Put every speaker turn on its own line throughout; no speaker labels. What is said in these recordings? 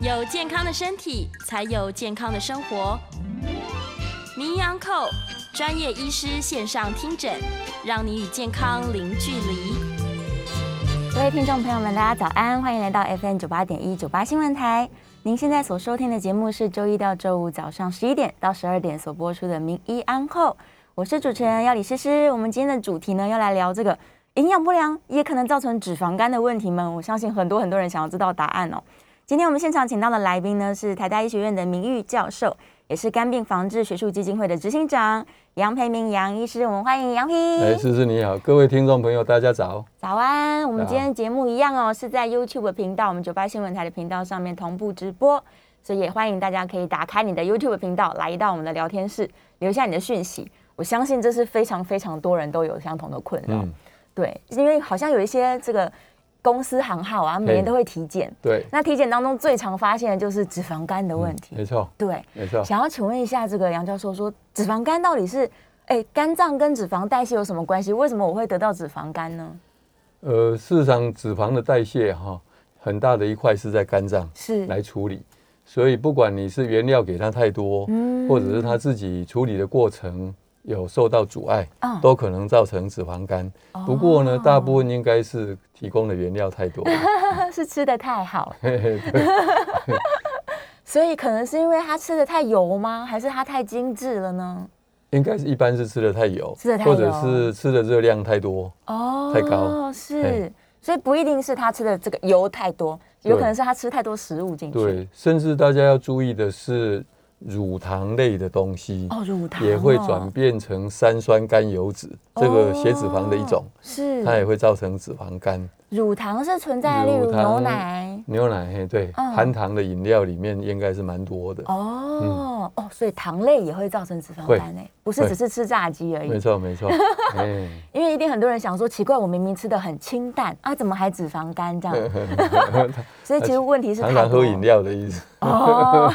有健康的身体，才有健康的生活。名医昂扣专业医师线上听诊，让你与健康零距离。
各位听众朋友们，大家早安，欢迎来到 FM 九八点一九八新闻台。您现在所收听的节目是周一到周五早上十一点到十二点所播出的《名医安后》，我是主持人要李诗诗。我们今天的主题呢，要来聊这个营养不良也可能造成脂肪肝的问题们。我相信很多很多人想要知道答案哦。今天我们现场请到的来宾呢，是台大医学院的名誉教授，也是肝病防治学术基金会的执行长杨培明杨医师。我们欢迎杨平。
哎，思思你好，各位听众朋友，大家早。
早安，我们今天的节目一样哦，是在 YouTube 频道，我们九八新闻台的频道上面同步直播，所以也欢迎大家可以打开你的 YouTube 频道，来到我们的聊天室，留下你的讯息。我相信这是非常非常多人都有相同的困扰，
嗯，
对，因为好像有一些这个公司行号啊，每年都会体检，
对，
那体检当中最常发现的就是脂肪肝的问题，
没错，
对。
没错。
想要请问一下，这个杨教授说，脂肪肝到底是，哎，肝脏跟脂肪代谢有什么关系？为什么我会得到脂肪肝呢？
呃，事实上，脂肪的代谢哈、很大的一块是在肝脏
是，
来处理，所以不管你是原料给它太多，
嗯
或者是它自己处理的过程有受到阻碍，
嗯
都可能造成脂肪肝。不过
哦
呢，大部分应该是提供的原料太 多了。
是吃的太好，
嘿嘿 对
所以可能是因为他吃的太油吗？还是他太精致了呢？
应该是一般是吃的太油，
吃得太
或者
油
是吃的热量太多。
哦，
太高
是
嘿，
所以不一定是他吃的这个油太多，有
对
可能是他吃太多食物进去。，
对，甚至大家要注意的是，乳糖类的东西
哦，乳糖
也会
哦
转变成三酸甘油脂，这个血脂肪的一种，
哦是
它也会造成脂肪肝。
乳糖是存在，例如
乳糖
牛奶。
牛奶，嘿，对，
嗯
含糖的饮料里面应该是蛮多的。
哦、哦，所以糖类也会造成脂肪
会
肝诶，不是
会
只是吃炸鸡而
没
已。
错，没错，哎，
因为一定很多人想说，奇怪，我明明吃的很清淡啊，怎么还脂肪肝这样？ 所以其实问题是
常
太
常喝
多
饮料的意思，
哦，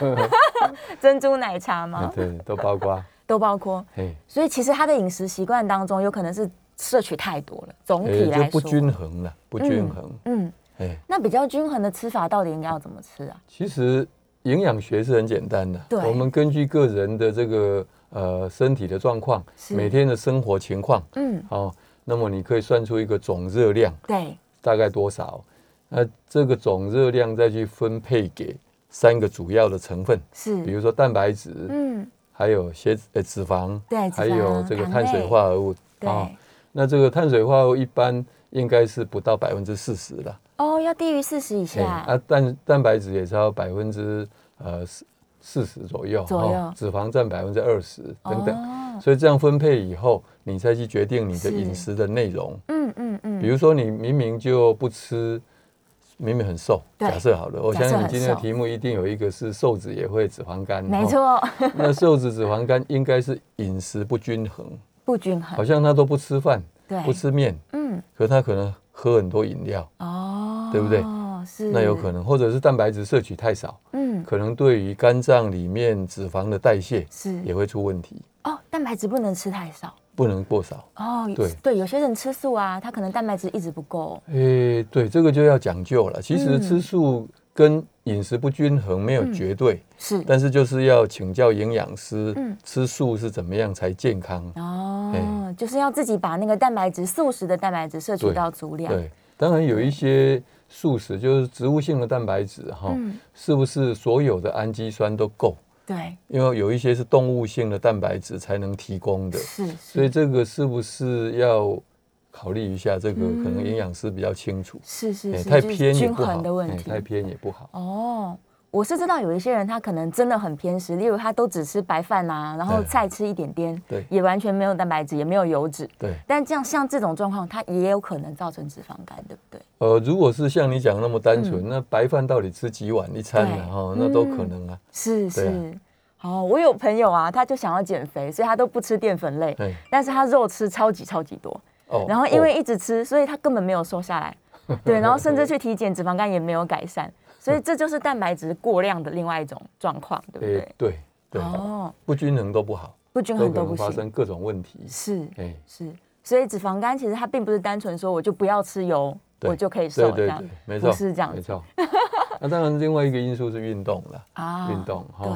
珍珠奶茶
哎
嘛，
对，都包括，
都包括。
嘿，
所以其实他的饮食习惯当中，有可能是摄取太多了，总体
哎，
来说
就不均衡了，不均衡，
嗯，
哎，
那比较均衡的吃法到底应该要怎么吃啊？
其实营养学是很简单的，
对
我们根据个人的这个呃身体的状况，
是
每天的生活情况，
嗯，
哦，那么你可以算出一个总热量
对，
大概多少，那这个总热量再去分配给三个主要的成分，比
是，
如说蛋白质，
嗯，
还有血呃脂肪，
对脂肪
还有这个
糖
碳水
类
化合物，哦
对，
那这个碳水化合物一般应该是不到百分之四十了。
哦，要低于四十以
对
下，
啊，蛋蛋白质也是要百分之呃四四十左右，
左右
脂肪占百分之二十等等、
哦，
所以这样分配以后，你再去决定你的
是
饮食的内容。
嗯嗯
比
嗯，
如说你明明就不吃，明明很瘦，
对
假设好了，我
假设
相信你
很
今天的
瘦
题目一定有一个是瘦子也会脂肪肝，
没
哦。
错，
那瘦子脂肪肝应该是饮食不均衡，
不均
好
衡，
像他都不吃饭，
嗯对，
不，吃面，
嗯，
可他可能喝很多饮料，
哦，
对不对？
是，
那有可
能，
能，或者是蛋白质摄取太少。
嗯，
可能对于肝脏里面脂肪的代谢也
是，
会出问题，
哦，蛋白质不能吃太少。
不能过少。
哦，
对
对，有些人吃素啊，他可能蛋白质一直不够，
诶，对，这个就要讲究了。其实
嗯
吃素跟饮食不均衡没有绝对，
是
但是就是要请教营养师，
嗯
吃素是怎么样才健康？
哦
哎，
就是要自己把那个蛋白质素食的蛋白质摄取
对
到足量，
对，当然有一些素食就是植物性的蛋白质哈，
嗯
是不是所有的氨基酸都够？
对，
因为有一些是动物性的蛋白质才能提供的，
是，
所以
是
这个是不是要考虑一下？这个
嗯
可能营养师比较清楚，
是是
哎
是，
太
就是
偏也
均
不好哎
衡的，问题。
太偏也不好。
哦，我是知道有一些人他可能真的很偏食，例如他都只吃白饭啊，然后
对
菜吃一点点，
对
也完全没有蛋白质，也没有油脂。
对，
但这样像这种状况，它也有可能造成脂肪肝，对不对？
呃，如果是像你讲那么单纯，那白饭到底吃几碗一餐
嗯对
然后那都可能啊。
是
对啊
是。哦，我有朋友啊，他就想要减肥，所以他都不吃淀粉类，
对，
但是他肉吃超级超级多，
哎哦
嗯然后因为
哦
一直吃，所以他根本没有瘦下 来，对，然后甚至去体检，脂肪肝也没有改善，所以这就是蛋白质过量的另外一种状况，对不
诶
对？
哎对对，
哦，
不均衡都不好，
不均
都
衡
可
都
能
不
发
行，
生各种问题。
是
哎，
是，所以脂肪肝其实它并不是单纯说我就不要吃油，
对
我就可以
对
瘦这
对
样
对，，没
不
错，
是这样
没
子。
错。那当然，另外一个因素是运动了，
啊
运动哈
对，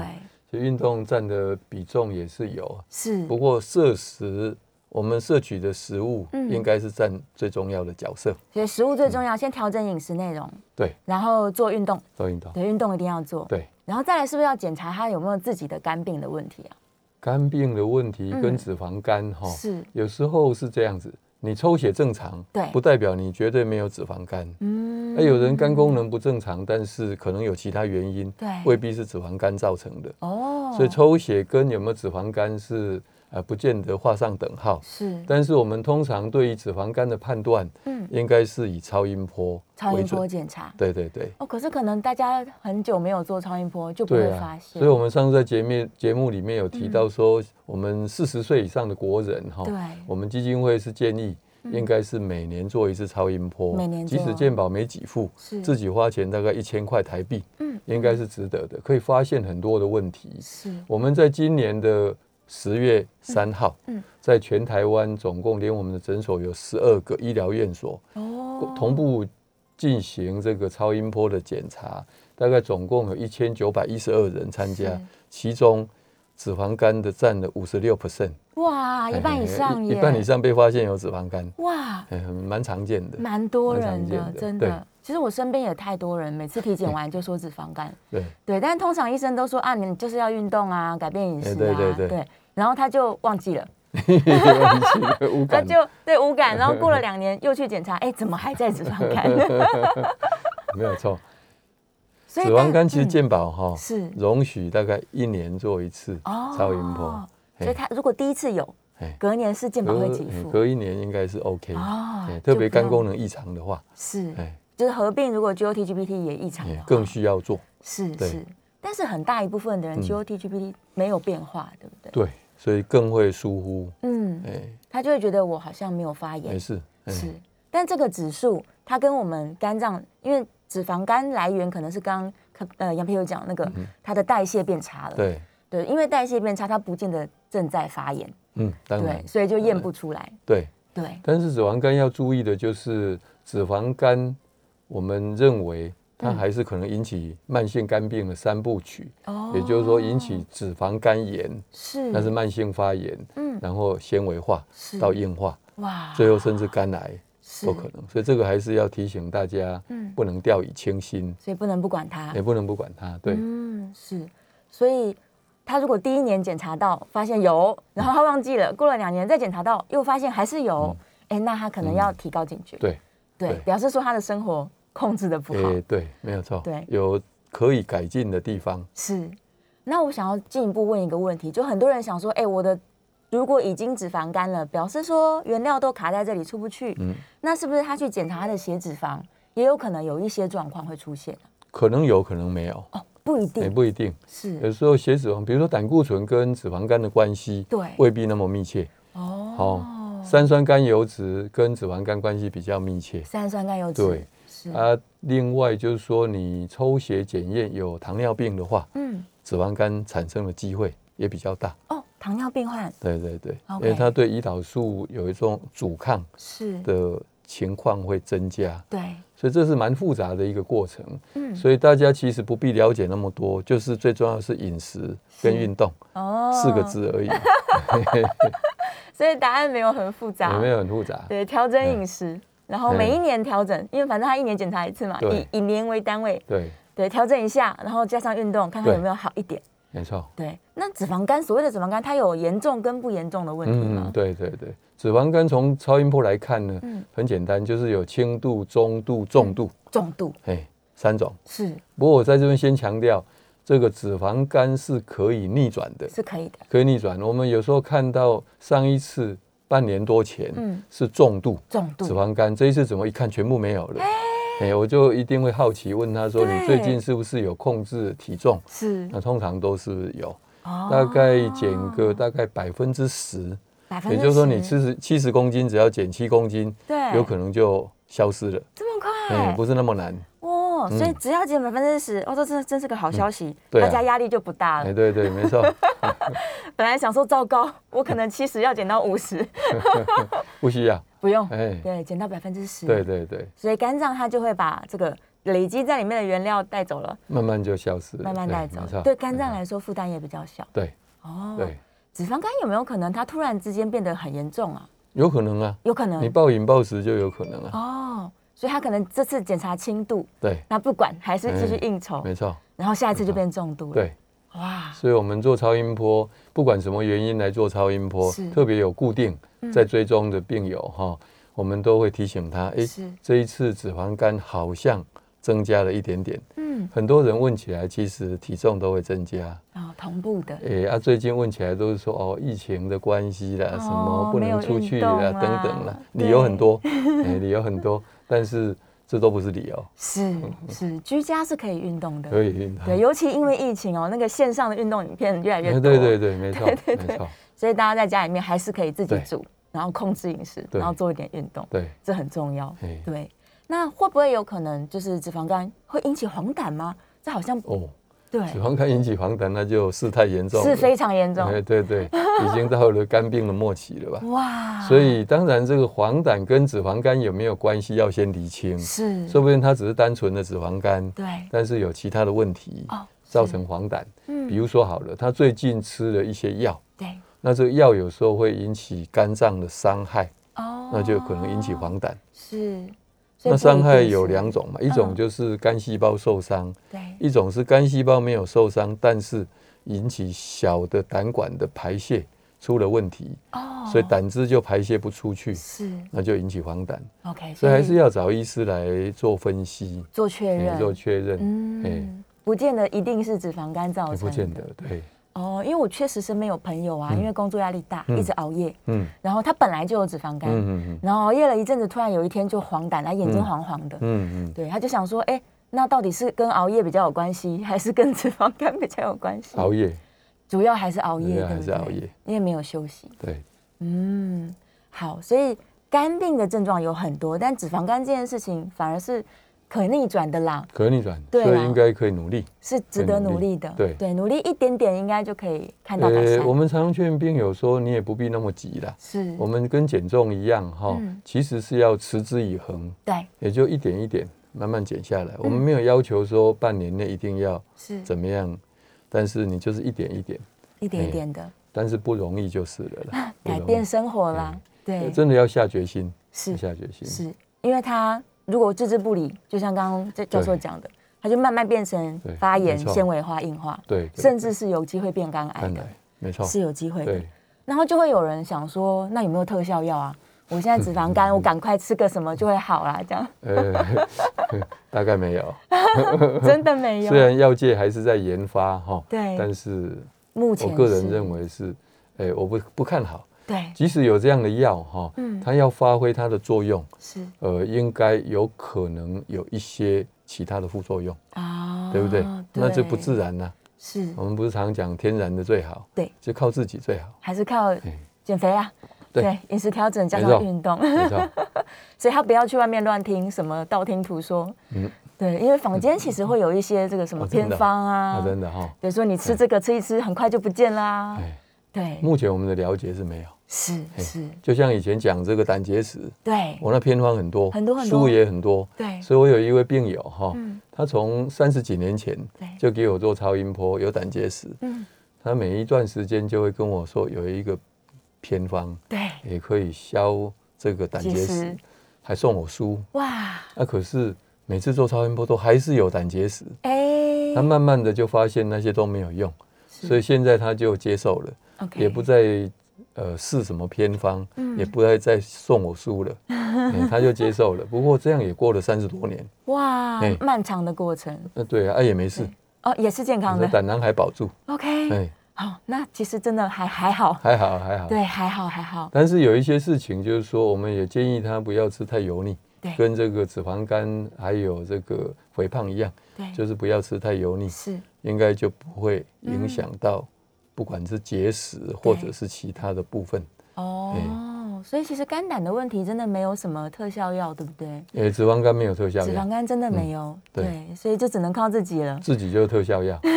所以运动占的比重也是有。啊
是
不过摄食，我们摄取的食物
嗯
应该是占最重要的角色。
所以食物
嗯
最重要，先调整饮食内容，
对，
然后做运动，
做运动。
对，运动一定要做。
对，
然后再来是不是要检查他有没有自己的肝病的问题啊？
肝病的问题
嗯
跟脂肪肝哈，
是，
有时候是这样子，你抽血正常，
对
不代表你绝对没有脂肪肝。
嗯
那有人肝功能不正常，但是可能有其他原因，
对
未必是脂肪肝造成的。
哦，
所以抽血跟有没有脂肪肝是呃不见得画上等号。
是，
但是我们通常对于脂肪肝的判断，
嗯，
应该是以超音波
超
为
音波
准。
检查。
对对对，
哦，可是可能大家很久没有做超音波，就不
对
会发
啊。
现。嗯
所以我们上次在节目节目里面有提到说，我们四十岁以上的国人哈，
对，嗯
我们基金会是建议。应该是每年做一次超音波，
每年
即
做啊
使健保没给付，
是
自己花钱大概一千块台币，
嗯
应该是值得的，可以发现很多的问题。
是
我们在今年的十月三号，
嗯嗯
在全台湾总共连我们的诊所有十二个医疗院所、
哦，
同步进行这个超音波的检查，大概总共有一千九百一十二人参加
是，
其中脂肪肝的占了五十六 percent，
哇，啊一半以上
一
耶，
一半以上被发现有脂肪肝，
哇，
嗯，蛮常见的，
蛮多
蛮常
人
见
的，
的
真
对
的。其实我身边也太多人，每次体检完就说脂肪肝，
对
对，但是通常医生都说啊，你就是要运动啊，改变饮食啊，
哎对对对
然后他就忘记了，
忘记了，无
他
感。
就对无感，然后过了两年又去检 查，哎，怎么还在脂肪肝？
没有错，
所
脂
以
肪肝
但
其实
嗯
健保哈、
是
容许大概一年做一次超音波
哦，所以他如果第一次有，
哎
隔年是健保会给
隔
付
隔一年应该是 OK 的、
哦
哎
就嗯
特
不
别肝
用
功能异常的话，
是，
哎，
就是合并如果 GOT GPT 也异常的
也
话，
更需要做。
是
对
是，但是很大一部分的人
嗯
GOT GPT 没有变化，对不对？
对，所以更会疏忽，
嗯，
哎，
他就会觉得我好像没有发
没
炎，
事，哎
是，但这个指数它跟我们肝脏，因为脂肪肝来源可能是刚刚呃杨培友讲那个，它的代谢变差了，
嗯对，
对，因为代谢变差，它不见得正在发炎，
嗯，当然
对，所以就验不出来，
对。
对，
但是脂肪肝要注意的就是，脂肪肝我们认为它
嗯
还是可能引起慢性肝病的三部曲，
哦嗯
也就是说引起脂肪肝炎，
是，
那是慢性发炎，
嗯
然后纤维化
是
到硬化，
哇，
最后甚至肝癌
是
都可能。所以这个还是要提醒大家
嗯，
不能掉以轻心。
所以不能不管它，
也不能不管它。对，
嗯，是，所以他如果第一年检查到发现有，然后他忘记了，过了两年再检查到又发现还是有，
嗯
哎、那他可能要提高警觉，
对，
对，
对
表示说他的生活控制的不好，
诶，对，没有错，
对
有可以改进的地方。
是。那我想要进一步问一个问题，就很多人想说，哎、我的如果已经脂肪肝了，表示说原料都卡在这里出不去，
嗯
那是不是他去检查他的血脂肪，也有可能有一些状况会出现啊
可能有可能没有，
哦，不一
也
定，
不呃一定。有
是，
时候血脂肪，比如说胆固醇跟脂肪肝的关系，
对
未必那么密切。
哦，
哦，三酸甘油脂跟脂肪肝关系比较密切。
三酸甘油脂，
对，
是，
啊，另外就是说，你抽血检验有糖尿病的话，
嗯。
脂肪肝产生的机会也比较大。
哦，糖尿病患
对对对，因
OK
为它对胰岛素有一种阻抗
是，
的情况会增加。
对，
所以这是蛮复杂的一个过程。
嗯，
所以大家其实不必了解那么多，就是最重要的是饮食跟运动
哦
四个，字而已，
所以答案没有很复杂，
也没有很复杂。
对，调整饮食，然后
啊嗯
每一年调整，因为反正他一年检查一次嘛，以
对
以年为单位，
对，
对，调整一下，然后加上运动，看看
对
有没有好一点。
没错。
对，那脂肪肝所谓的脂肪肝，它有严重跟不严重的问题
嗯，
吗？
对对对，脂肪肝从超音波来看呢，
嗯
很简单，就是有轻度、中度、重度，
重度
哎，三种。
是
不过我在这边先强调，这个脂肪肝是可以逆转的，
是可以的，
可以逆转。我们有时候看到上一次半年多前
嗯
是重度，
重
脂
度
肪肝，这一次怎么一看全部没有了？哎、我就一定会好奇问他说：“
对
你最近是不是有控制体重
是？”
那通常都是有，
哦
大概减个大概百分之十，
百分之
也就是说
10
你七十七十公斤，只要减七公斤，
对
有可能就消失了。
这么
哎、
快
不是那么难。
哇，所以
嗯
只要减百分之十，哦，这真的真是个好消息，
对啊
大家压力就不大
哎、
了。
对 对，没错，
本来想说糟糕，我可能七十要减到五 十，
哎不需要。
不用，
哎、
对，减到百分之十。
对，对对
所以肝脏它就会把这个累积在里面的原料带走了，
慢慢就消失了，哎
慢慢带走
没错，
对肝脏
没
来说负担也比较小。
错，对
哦，
对，
脂肪肝有没有可能它突然之间变得很严重啊？
有可能啊，
有可
你
能
暴饮暴食就有可能啊，
嗯哦，所以他可能这次检查轻度，
对，
那不管还是继续应酬，
嗯没错，
然后下一次就变重度了。，
对，
哇，
所以我们做超音波，不管什么原因来做超音波
是，嗯
特别有固定在追踪的病友哈、我们都会提醒他，诶，
是
这一次脂肪肝好像增加了一点点。
嗯，
很多人问起来，其实体重都会增加。
然后同步的，
诶、啊，最近问起来都是说哦，疫情的关系啦，
哦
什么不
没有
能出去
运动
啦，
啦
等等啦，
对
理由很多，诶、理由很多，但是这都不是理由，
是
嗯
是，居家是可以运动的。
可以运动。
对，尤其因为疫情哦，那个线上的运动影片越来越
诶
多，
对对对，没错
对对对
没错，
所以大家在家里面还是可以自己
对
煮，然后控制饮食，
对
然后做一点运动，
对。
这很重要。
嘿
对，那会不会有可能就是脂肪肝会引起黄疸吗？这好像
哦，
对
脂肪肝引起黄疸，那就事态严重了，
是哎非常严重
哎，对 对，已经到了肝病的末期了吧？
哇，
所以当然，这个黄疸跟脂肪肝有没有关系，要先厘清。
是
说不定它只是单纯的脂肪肝，
对
但是有其他的问题
哦是
造成黄疸。
嗯
比如说好了，他最近吃了一些药，
对
那这个药有时候会引起肝脏的伤害，
哦，
那就可能引起黄疸。
是，所以
那
不一
伤害
定
有
是
两种嘛，一种
嗯
就是肝细胞受伤，
对
一种是肝细胞没有受伤，但是引起小的胆管的排泄出了问题，
哦，
所以胆汁就排泄不出去，
是
那就引起黄疸。
OK，
所以还是要找医师来做分析，
做确
哎
认，
做确认。哎，
嗯，不见得一定是脂肪肝造
也
成，
不见得。对，
哦，因为我确实身边有朋友啊，
嗯
因为工作压力大，
嗯
一直熬夜，
嗯
然后他本来就有脂肪肝，
嗯嗯嗯
然后熬夜了一阵子，突然有一天就黄疸，他眼睛黄黄的，
嗯嗯，
对，他就想说，哎，那到底是跟熬夜比较有关系，还是跟脂肪肝比较有关系？
熬夜，
主要还是熬夜，
主要
对
还
不
是
对
熬夜，
因为没有休息。
对，
嗯，好，所以肝病的症状有很多，但脂肪肝这件事情反而是可逆转的啦，
可逆转，
对
所以
啦
应该可以努力。
是值得努力的。
对
对，努力一点点应该就可以看到改
呃，
善。
我们常劝病友说，你也不必那么急啦。
是，
我们跟减重一样哈
嗯，
其实是要持之以恒，
对，
也就一点一点慢慢减下
嗯
来。我们没有要求说半年内一定要
是
怎么样，但是你就是一点一点，
一点一点的、
但是不容易就是了啦。不
啊改
容易
变生活
哎
啦。对，
真的要下决心，
是
下决心。
是因为他如果置之不理，就像刚刚这教授
对
讲的，他就慢慢变成
对
发炎、
没错
纤维化、硬化，
对，对
甚至是有机会变肝癌
看
的，
来没错，
是有机会的
对。
然后就会有人想说，那有没有特效药啊？我现在 脂肪肝，我赶快吃个什么就会好啦，这样
呃， 大概没有。
真的没
虽
有。
然药界还是在研发哈，
对
但是
目前
我个人
是
认为是，哎，我不不看好。
对
即使有这样的药哈
嗯，
它要发挥它的作用，
是
呃，应该有可能有一些其他的副作用，
啊，
对不对？那就不哦自
然
然了。
是
我们不是常讲天然的最好，
对，
就靠自己最好。
还是靠
哎，
减肥啊，
对
对，饮食调整加
没
上
错
运动，
没错，
嗯所以他不要去外面乱听什么道听途说，
嗯
对，因为坊间其实会有一些这个什么
哦真
偏
的
方
啊，
啊，
真的哈。
比如说你吃这个吃一吃，很快就不见啦，
哎，
对，
目前我们的了解是没有。
是
哎
是，
就像以前讲这个胆结石，
对，
我那偏方很多，
很多很多
书也很多，
对
所以我有一位病友哈，
嗯
他从三十几年前
对
就给我做超音波，有胆结石，
嗯，
他每一段时间就会跟我说有一个偏方
对，
也可以消这个胆结
结
石
石，
还送我书，
哇，
那、啊可是每次做超音波都还是有胆结石，
哎
他慢慢的就发现那些都没有用，
是
所以现在他就接受了。
，OK，嗯
也不再呃试什么偏方，也不再再送我 书了、哎他就接受了。不过这样也过了三十多年，
哇
哎，
漫长的过程
那对啊，啊也没事，
哦，也是健康
你说
的嗯
胆囊还保住，
，OK，
哎，
好，那其实真的还还好，
还好还好。
对，还好还好，
但是有一些事情，就是说，我们也建议他不要吃太油腻，
对
跟这个脂肪肝还有这个肥胖一样，
对，
就是不要吃太油腻，
是
应该就不会
嗯
影响到，不管是结石或者是其他的部分。
哦，所以其实肝胆的问题真的没有什么特效药，对不对？
诶，脂肪肝没有特效
脂肪
药，
肝真的没有，
对
对，所以就只能靠自己了，
自己就是特效药，
嗯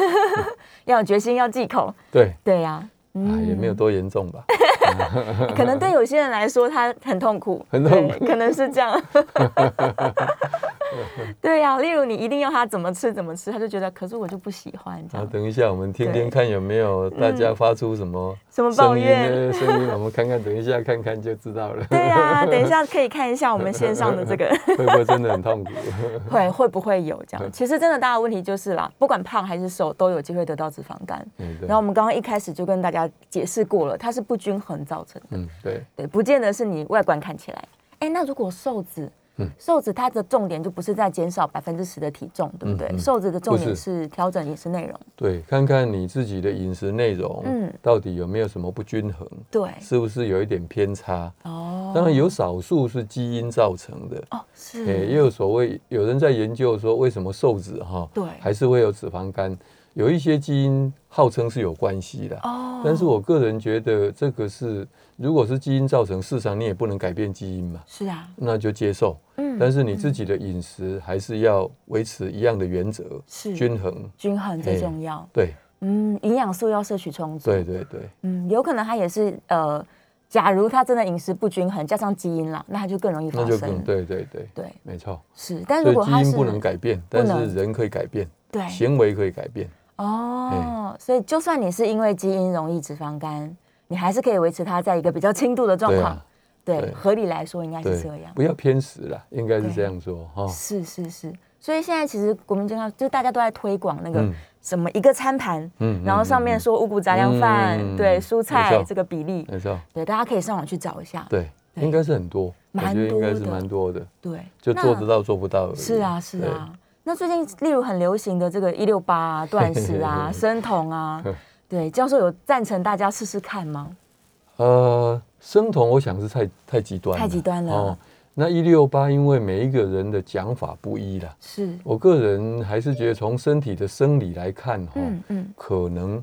要有决心，要忌口，
对。
对呀、嗯
啊，也没有多严重吧？
可哎能对有些人来说他很痛苦，
很痛苦
对可能是这样，对呀、例如你一定要他怎么吃怎么吃，他就觉得，可是我就不喜欢这
啊，
样。
等一下，我们听
对嗯
听看有没有大家发出什么
什么抱
声音
怨
呢？声音我们看看，等一下看看就 知道了。
对呀、等一下可以看一下我们线上的这 个
会不会真的很痛苦？
会会不会有这 样。其实真的大的问题就是啦，不管胖还是瘦，都有机会得到脂肪肝。
嗯，对
然后我们刚刚一开始就跟大家解释过了，它是不均衡造成的，
嗯，对，
对，不见得是你外观看起来。哎，那如果瘦子，
嗯
瘦子它的重点就不是在减少百分之十的体重，对不对？
嗯嗯
瘦子的重点
不
是调整饮食内容，
对，看看你自己的饮食内容，
嗯
到底有没有什么不均衡，
对，
是不是有一点偏差？
哦，
当然，有少数是基因造成的，
哦
诶，也
是，
有所谓有人在研究说，为什么瘦子哈，
对
还是会有脂肪肝，有一些基因号称是有关系的。
哦
但是我个人觉得这个是，如果是基因造成，市场你也不能改变基因嘛，
是啊，
那就接受。
嗯
但是你自己的饮食还是要维持一样的原则，
是
均衡。
均衡最
嘿
重要，
对，
嗯，营养素要摄取充足，
对对对，
嗯，有可能他也是呃，假如他真的饮食不均衡，加上基因啦，那他就更容易发
那就更
生。
对对对，
对，
没错。
是，但如
所以
果
基
他
因
是
不能改变，但
不能
是人可以改变，
对
行为可以改变。
哦，所以就算你是因为基因容易脂肪肝，你还是可以维持它在一个比较轻度的状
对
况
啊。，
对，
对
合理来说应该是
对
这样，。
不要偏食啦，应该是
对
这样说哈。
是是是，所以现在其实国民健康就是大家都在推广那个
嗯
什么一个餐盘，
嗯
然后上面
嗯
说五谷杂粮饭，
嗯
对，蔬菜
没错
这个比例，
没错，
对，大家可以上网去找一下。
对，
对
应该是很多，我
蛮
觉得应该
多
是
的
蛮多的，
对，
就
那
做得到做不到而已。
是啊，是
对，
啊。那最近例如很流行的这个一六八啊、断食 啊、生酮啊，对，教授有赞成大家试试看吗？
呃，生酮我想是太太极端了，哦
太极端了。
那一六八，因为每一个人的讲法不一啦，
是，
我个人还是觉得从身体的生理来看，哈、
嗯嗯，
可能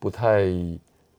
不太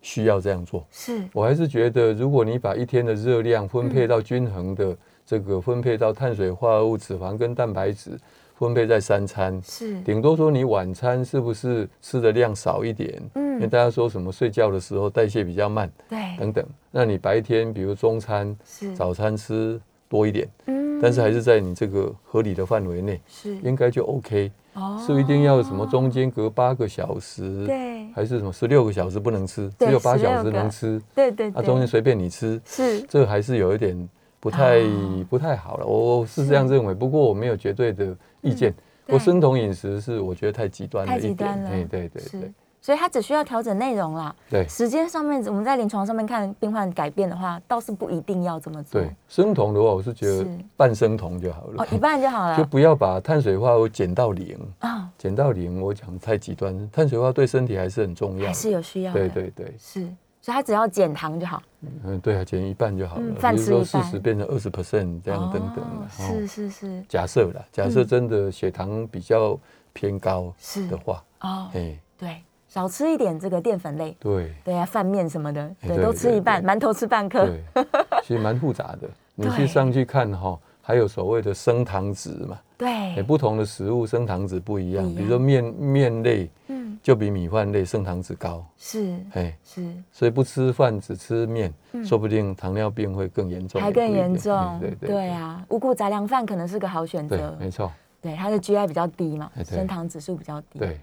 需要这样做。
是
我还是觉得，如果你把一天的热量分配到均衡的这个分配到碳水化合物、脂肪跟蛋白质，分配在三餐，
是，
顶多说你晚餐是不是吃的量少一点？
嗯
因为大家说什么睡觉的时候代谢比较慢
对，
等等，那你白天比如中餐、
是，
早餐吃多一点，
嗯
但是还是在你这个合理的范围内，
是
应该就 OK。
哦
是不是一定要什么中间隔八个小时，
对
还是什么十六个小时不能吃，只
对
有八
16
小时
个
能吃，
对对
啊，中间
对，
随便你吃，
是
这还是有一点不太、
哦
不太好了。我我是这样认为，不过我没有绝对的意见。
嗯对
我生酮饮食是我觉得太极端了
太极
一
端
点，
了
哎，对对
是
对，
所以他只需要调整内容啦。
对
时间上面，我们在临床上面看病患改变的话，倒是不一定要这么做。
对，生酮的话，我是觉得
是
半生酮就好了，
哦，一半就好
就
了。
不要把碳水化合物减到零，
啊，
减到零我讲太极端，碳水化合物对身体还是很重要
还
的，
是有需要的。
对，对对，
是，所以他只要减糖就好。
嗯，对啊，减一半就好
嗯
了，
饭
比如
吃一
说四十
半
变成二十 percent 这样等等
哦
的，
是
哦
是是
假设啦，假设
嗯
真的血糖比较偏高
是
的话，
哦，
哎，
对，少吃一点这个淀粉类，
对
对啊，饭面什么的，
哎
对，
对
都吃一半，
对
馒头吃半颗，
对，其实蛮复杂的。你
对
去上去看哈、还有所谓的升糖值嘛，哎，
对，
不同的食物升糖值不一样
不一，样
比如说面面类
嗯，
就比米饭类升糖值高，
是
哎，
是，
所以不吃饭只吃面，说不定糖尿病会更严
嗯
重，
还
也不
更
一
严
定
重
嗯，对对
对，啊，五谷杂粮饭可能是个好选
对，
择，
没错，
对，它的 GI 比较低嘛，
哎对
升糖指数比较低，，
对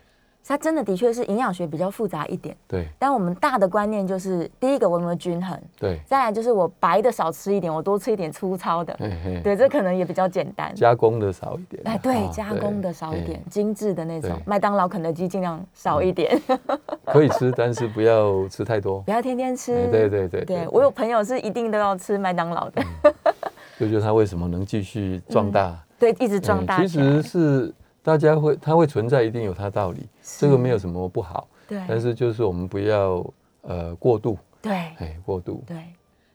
它真的的确是营养学比较复杂一点，
对
但我们大的观念就是，第一个我有没有均衡，
对，
再来就是我白的少吃一点，我多吃一点粗糙的，
嘿嘿
对，这可能也比较简单，
加工的少一点啊，
哎，对，
啊
加工的少一，点
哎，
精致的那种
对，嗯
麦当劳、肯德基尽量少一 点，
可以吃，但是不要吃太多
不。要天天吃
哎。对对对嗯
对我有朋友是一定都要吃麦当劳的，
就觉得它为什么能继续壮大？
对，一直
嗯
壮大
其
起来
实是大家会，它会存在，一定有它道理，这个没有什么不好。
对，
但是就是我们不要呃过度，
对
哎，过度，
对，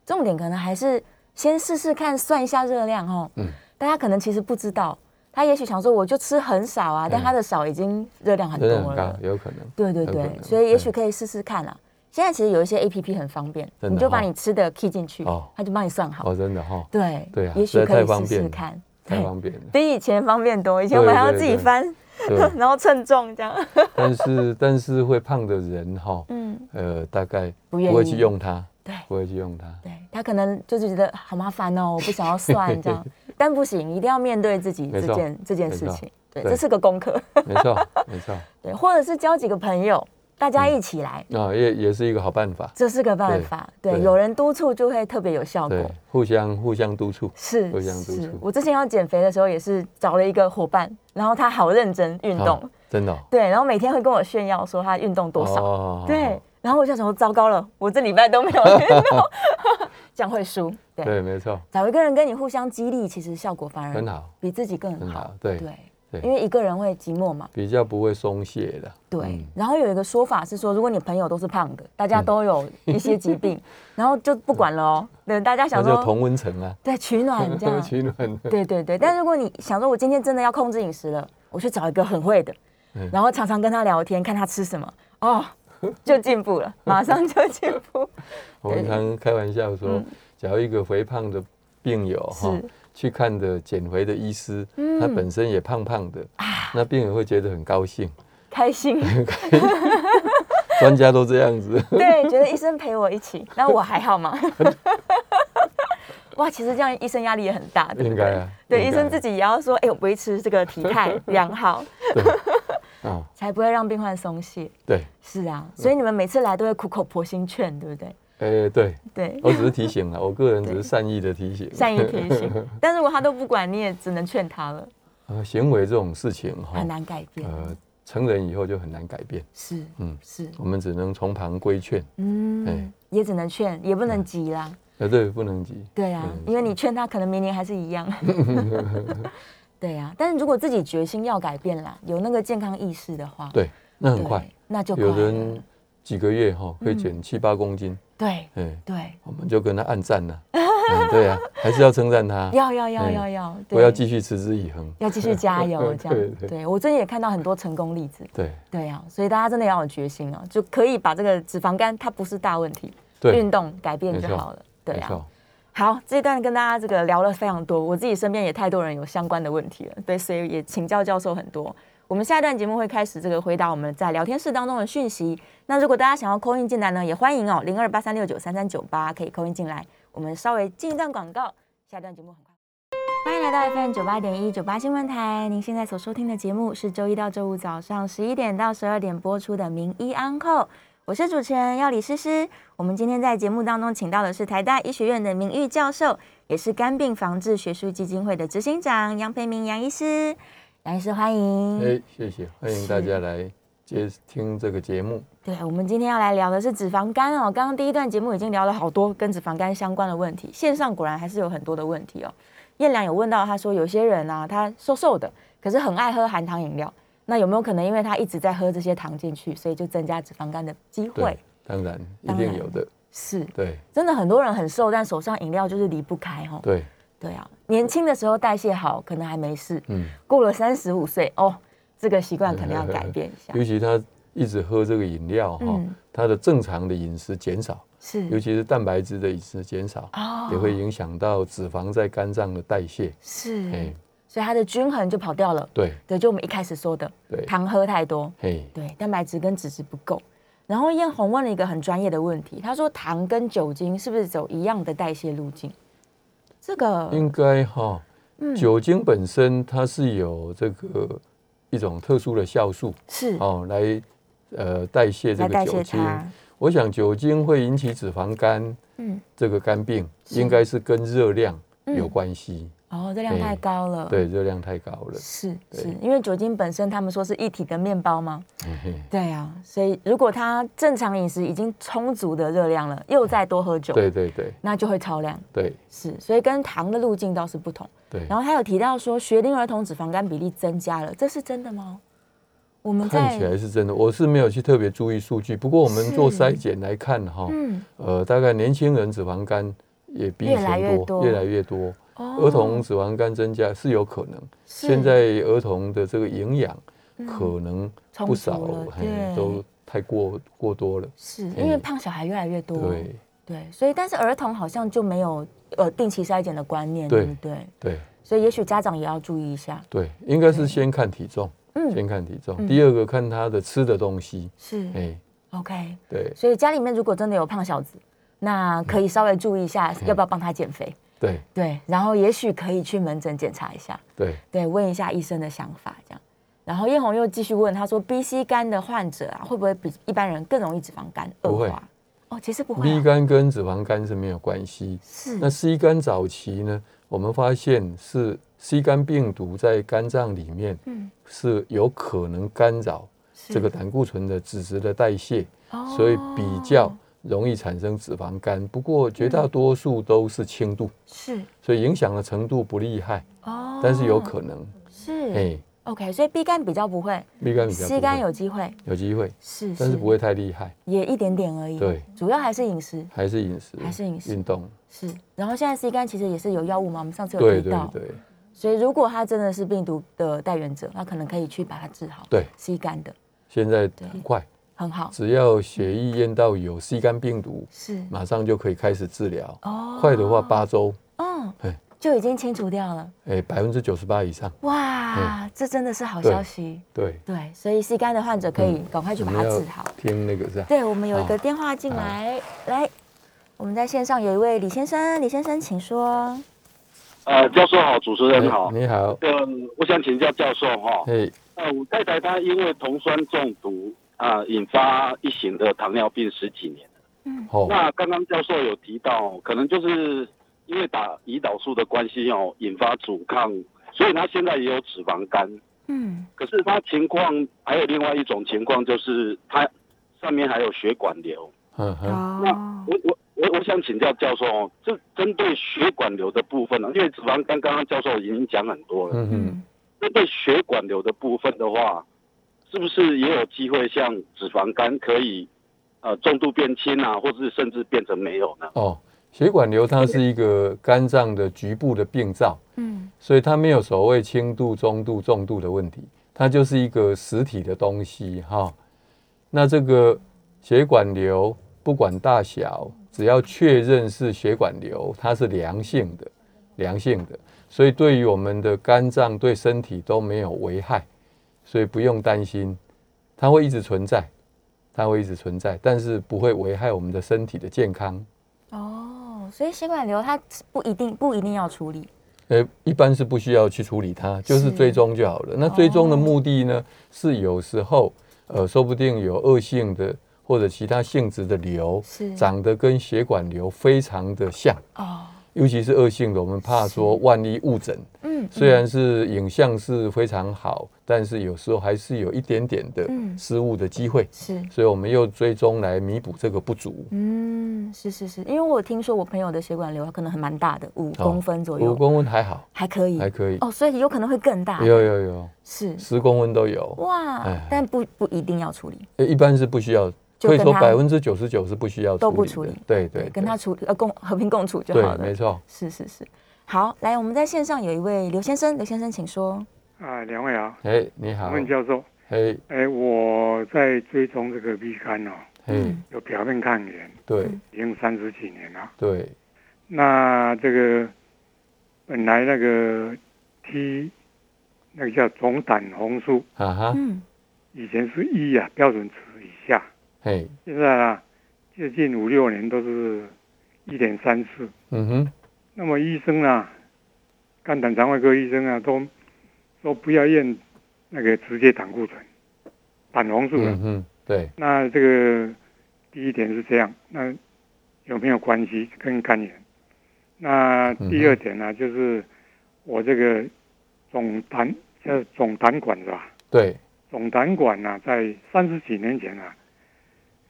重点可能还是先试试看，算一下热量哦。
嗯
大家可能其实不知道，他也许想说我就吃很少啊，但他的少已经热量很多
嗯热量很高
了，。
有可能。
对对
有可
对，
能
所以也许
对
可以试试看啊。现在其实有一些 A P P 很方便，
真的
你就把
哦
你吃的 key 进去
哦，
他就帮你算好。
哦，真的哈，
对
对啊
也许
实在
可以
太方
试
便
试
了
看，
太
对
方便了。
比以前方便多。以前我们还要自己翻，，
对
然后称重这样。
但是但是会胖的人哈，
嗯，
呃，大概
不
不
愿
会去
意
用它，
对
不会去用它。
对，他可能就是觉得好麻烦哦，我不想要算这样，但不行，一定要面对自己
没
这
错
件这件
没
事
错
情。对，
对
这是个功课。
没错， 没错，
对，或者是交几个朋友，大家一起来，
啊，也也是一个好办法。
这是个办法。对，
对
有人督促就会特别有效
对
果。，
互相互相督促。
是
互相督
是
促，
我之前要减肥的时候也是找了一个伙伴，然后他好认真运动，
啊真的哦
对，然后每天会跟我炫耀说他运动多少，
哦
对，然后我就想说糟糕了，我这礼拜都没有运 动， 这样会输。对，
对，没错，
找一个人跟你互相激励，其实效果反而
很好，
比自己更好。
很好对对
因为一个人会寂寞嘛。
比较不会松懈的。
对，
嗯
然后有一个说法是说，如果你朋友都是胖的，大家都有一些疾病， 然后就不管了哦。对，大家
嗯那
想
就
说，
同温层啊，
对，取暖这 样。
取暖。
对对对，但如果你想说，我今天真的要控制饮食了，我去找一个很会的，
嗯
然后常常跟他聊天，看他吃什么，哦，就进步了，马上就进 步。
我们常开玩笑说
嗯，
假如一个肥胖的病友哈
是，
去看的减肥的医师，他
嗯啊
本身也胖胖的，那病人会觉得很高兴。
开心，
专家都这样 子，
对，觉得医生陪我一起，那我还好吗？哇，其实这样医生压力也很大，对不
应
对？
该啊。
对，
应
医
该啊
生自己也要说，哎、我维持这个体态良 好，
啊，
才不会让病患松懈。
对，
是啊，
嗯
所以你们每次来都会苦口婆心劝，对不对？
哎，对，
对，
我只是提醒啊 了，我个人只是善意的提醒。啊
善意提 醒。但如果他都不管，你也只能劝他了，
呃，行为这种事情哈
很，难改变。
呃，成人以后就很难改变，
是，嗯
嗯，
是，
我们只能从旁规劝。
嗯
哎，
也只能劝，也不能急啦。
呃，对，不能急。
对啊，
对
因为你劝他，可能明年还是一 样。对啊，但是如果自己决心要改变啦，有那个健康意识的话，
对，那很
对
快，，
那就快
有
了。嗯
人几个月哈可以减七八公斤，
对
哎，
对，
我们就跟他暗赞了。嗯对啊，还是要称赞他，
要要要
哎
要要，
我
对
要继续持之以恒。
要继续加 油，这
对
样。
对
对我最近也看到很多成功例子，
对
对啊，所以大家真的要有决心啊，就可以把这个脂肪肝它不是大问题，运
对，
动改变
没
就
错
好了，对
没
啊。
错，
好，这一段跟大家这个聊了非常多，我自己身边也太多人有相关的问题了，对，所以也请教教授很多。我们下一段节目会开始这个回答我们在聊天室当中的讯息。那如果大家想要扣音进来呢，也欢迎哦，零二八三六九三三九八可以扣音进来。我们稍微进一段广告，下一段节目很快。欢迎来到 FM 九八点一九八新闻台，您现在所收听的节目是周一到周五早上十一点到十二点播出的《名医安扣》，我是主持人药理诗诗。我们今天在节目当中请到的是台大医学院的名誉教授，也是肝病防治学术基金会的执行长杨培明杨医师。杨医师，欢迎。
哎，谢谢，欢迎大
嗯是
家来接听这个节目。
对，我们今天要来聊的是脂肪肝哦。刚刚第一段节目已经聊了好多跟脂肪肝相关的问题，线上果然还是有很多的问题哦。燕良有问到，他说有些人啊，他瘦瘦的，可是很爱喝含糖饮料，那有没有可能因为他一直在喝这些糖进去，所以就增加脂肪肝的机会
对？，当然一
当
定
然
有的。
是，
对
真的很多人很瘦，但手上饮料就是离不开哦。
对，
对啊，年轻的时候代谢好，可能还没事，
嗯，
过了三十五岁哦，这个习惯可能要改变一下。
尤其他一直喝这个饮料哈
嗯，
他的正常的饮食减少，
是
尤其是蛋白质的饮食减少，
哦
也会影响到脂肪在肝脏的代谢。
是，
哎，
所以它的均衡就跑掉了。
对
对，就我们一开始说的，
对，
糖喝太多，
嘿，
对，蛋白质跟脂质不够。然后燕红问了一个很专业的问题，他说糖跟酒精是不是走一样的代谢路径？这个
应该哈，
嗯
酒精本身它是有这个一种特殊的酵素
是
哦，来呃代谢这
来代
个
谢
酒精。
它，
我想酒精会引起脂肪肝
嗯，
这个肝病，
是
应该是跟热量有
嗯
关系。
哦，热量
哎
太高了，，
对，热量太高了。
是
对
是，因为酒精本身他们说是一体的面包吗？
嘿嘿
对啊，所以如果他正常饮食已经充足的热量了，又再多喝酒，
对对对
那就会超量，
对
是，所以跟糖的路径倒是不同。
对。
然后他有提到说，学龄儿童脂肪肝比例增加了，这是真的吗？我们在
看起来是真的，我是没有去特别注意数据，不过我们做
是
筛检来看哈，
嗯，
呃，大概年轻人脂肪肝也比以
越来越
前
多
多，越来越多。
哦
儿童脂肪肝增加是有可能，
是嗯
现在儿童的这个营养可能不少
充足了
嘿
对
都太过过多了。
是因为胖小孩越来越多，
对
对所以但是儿童好像就没有呃定期筛检的观念，对
对
不对？
对
所以也许家长也要注意一下，
对，应
对
该是先看体重，
嗯，
先看体重。
嗯
第二个看他的吃的东西，
是
哎，
OK。
对
所以家里面如果真的有胖小子，那可以稍微注意一下，要不要帮他减肥？
对
对，然后也许可以去门诊检查一下，
对，
对，问一下医生的想法这样。然后叶红又继续问，他说 B C 肝的患者啊，会不会比一般人更容易脂肪肝
不
恶
会
化？哦，其实不会、
，B
啊，
肝跟脂肪肝是没有关系。
是
那 C 肝早期呢，我们发现是 C 肝病毒在肝脏里面
嗯
是有可能干扰
是
这个胆固醇的脂质的代谢，
哦
所以比较容易产生脂肪肝。不过绝
嗯
大多数都是轻度，
是
所以影响的程度不厉害，
哦，
但是有可能。
是
哎
，OK，所以 B 肝比较不会
，B 肝比较不
，C
会
肝有机会，
有机会，
是，
但是不会太厉害，
也一点点而已，
对，
主要还是饮食
还是饮食，
还是饮食
运动，
是。然后现在 C 肝其实也是有药物嘛，我们上次有
对
提
对
到，
对
所以如果他真的是病毒的带源者，那可能可以去把它治好。
对，
，C 肝的
现在很快，
很好，
只要血液验到有 C 肝病毒，
是
马上就可以开始治疗，
哦
快的话，八周，
嗯
嘿，
就已经清除掉了。
哎，百分之九十八以上，
哇，这真的是好消息。
对，嗯
对，所以 C 肝的患者可以赶快去
我
把
们
它
要
治好。
听那个是吧？
对，我们有一个
好
电话进来，来，我们在线上有一位李先生，李先生请说。
呃，教授好，主持人好
哎。你好，
呃，我想请教教授哈、
嘿，
呃，我太太她因为酮酸中毒啊、引发一型的糖尿病十几年。
好，
那刚刚教授有提到，可能就是因为打胰岛素的关系哦，引发阻抗，所以她现在也有脂肪肝。
嗯，
可是她情况还有另外一种情况，就是她上面还有血管瘤。
嗯哼，
哦，
我我我我想请教教授哦，这针对血管瘤的部分呢、啊因为脂肪肝刚刚教授已经讲很多了。
嗯哼
嗯，
那对血管瘤的部分的话，是不是也有机会像脂肪肝可以呃重度变轻啊，或是甚至变成没有呢？
哦，血管瘤它是一个肝脏的局部的病灶，
嗯，
所以它没有所谓轻度、中度、重度的问题，它就是一个实体的东西哈、那这个血管瘤不管大小，只要确认是血管瘤，它是良性的，良性的，所以对于我们的肝脏、对身体都没有危害，所以不用担心，它会一直存在，它会一直存在，但是不会危害我们的身体的健康。
哦，所以血管瘤它不一定不一定要处理，
呃，一般是不需要去处理它，就是
是哦
追踪就好了。那追踪的目的呢，是有时候呃，说不定有恶性的或者其他性质的瘤
是，
长得跟血管瘤非常的像，
哦，
尤其是恶性的，我们怕说万一误诊，
嗯，
虽然是影像是非常好，但是有时候还是有一点点的
嗯
失误的机会，
是，
所以我们又追踪来弥补这个不足。
嗯，是是是，因为我听说我朋友的血管瘤可能很蛮大的，五
哦
公分左右，
五公分还好，
还可以，
还可以，
哦，所以有可能会更大，
有有有，
是
十公分都有。
哇
哎，
但不不一定要处理，
呃一般是不需要，
就
可以
跟
说
他
百分之九十九是不需要
都不
处理的
处理
对对，
跟他处理呃共 和平共处就
对
好，
没
了，
错，
是是是，好，来，我们在线上有一位刘先生，刘先生请说，
啊，两位好，
哎，你好，
问教授，
哎
哎，我在追踪这个 B 肝哦，
哎，
嗯
有表面抗原，
对
已经三十几年了。
对，
那这个本来那个 T 那个叫总胆红素，
哈哈，
嗯，
以前是一啊标准值以下，
嘿，
现在啊最近五六年都是一点三四。
嗯哼，
那么医生啊，肝胆肠胃科医生啊，都说不要验那个直接胆固醇、胆红啊素了。
嗯哼，对，
那这个第一点是这样，那有没有关系跟肝炎？
嗯
那第二点呢、就是我这个总胆叫总胆管是吧？
对，
总胆管呢、在三十几年前啊，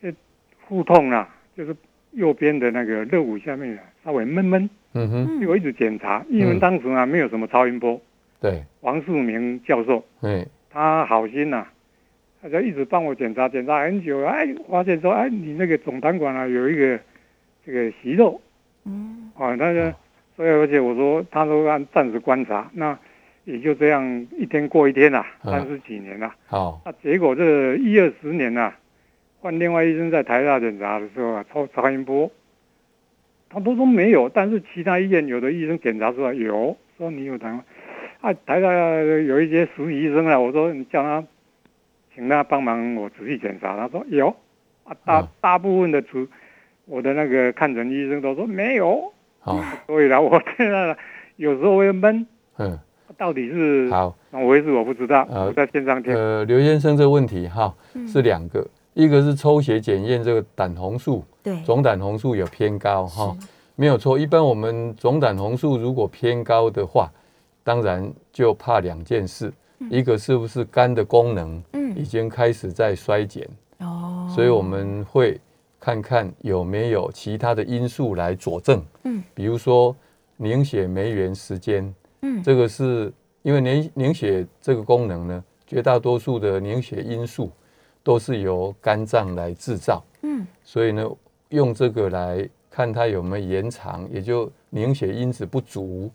呃，腹痛啊，就是右边的那个肋骨下面啊，稍微闷闷。
嗯哼，
我一直检查，因为
嗯
当时啊没有什么超音波，
对，
王树明教授
哎，
他好心呐、他就一直帮我检查，检查很久，哎，发现说，哎，你那个总胆管啊有一个这个息肉，
嗯，
啊，那个，所以而且我说，他说按暂时观察，那也就这样一天过一天啦、啊
嗯
三十几年啦、
好，
那啊结果这一二十年呐、换另外医生在台大检查的时候啊，超超音波，他都说没有，但是其他医院有的医生检查出来有，说你有糖，啊，台大有一些实习医生啊，我说你叫他，请他帮忙我仔细检查，他说有，啊大
嗯
大部分的主，我的那个看诊医生都说没有，
好，
所以呢，我现在呢有时候会闷，
嗯，
到底是
好，
怎么回事我不知道，
呃
我在线上听。
呃，刘先生这个问题哈
嗯
是两个，一个是抽血检验这个胆红素，
对，
总胆红素有偏高哈，没有错。一般我们总胆红素如果偏高的话，当然就怕两件事，一个是不是肝的功能已
嗯，
经开始在衰减，
哦，
所以我们会看看有没有其他的因素来佐证，
嗯，
比如说凝血酶原时间，
嗯
这个是因为凝凝血这个功能呢，绝大多数的凝血因素都是由肝脏来制造，
嗯
所以呢，用这个来看它有没有延长，也就凝血因子不足，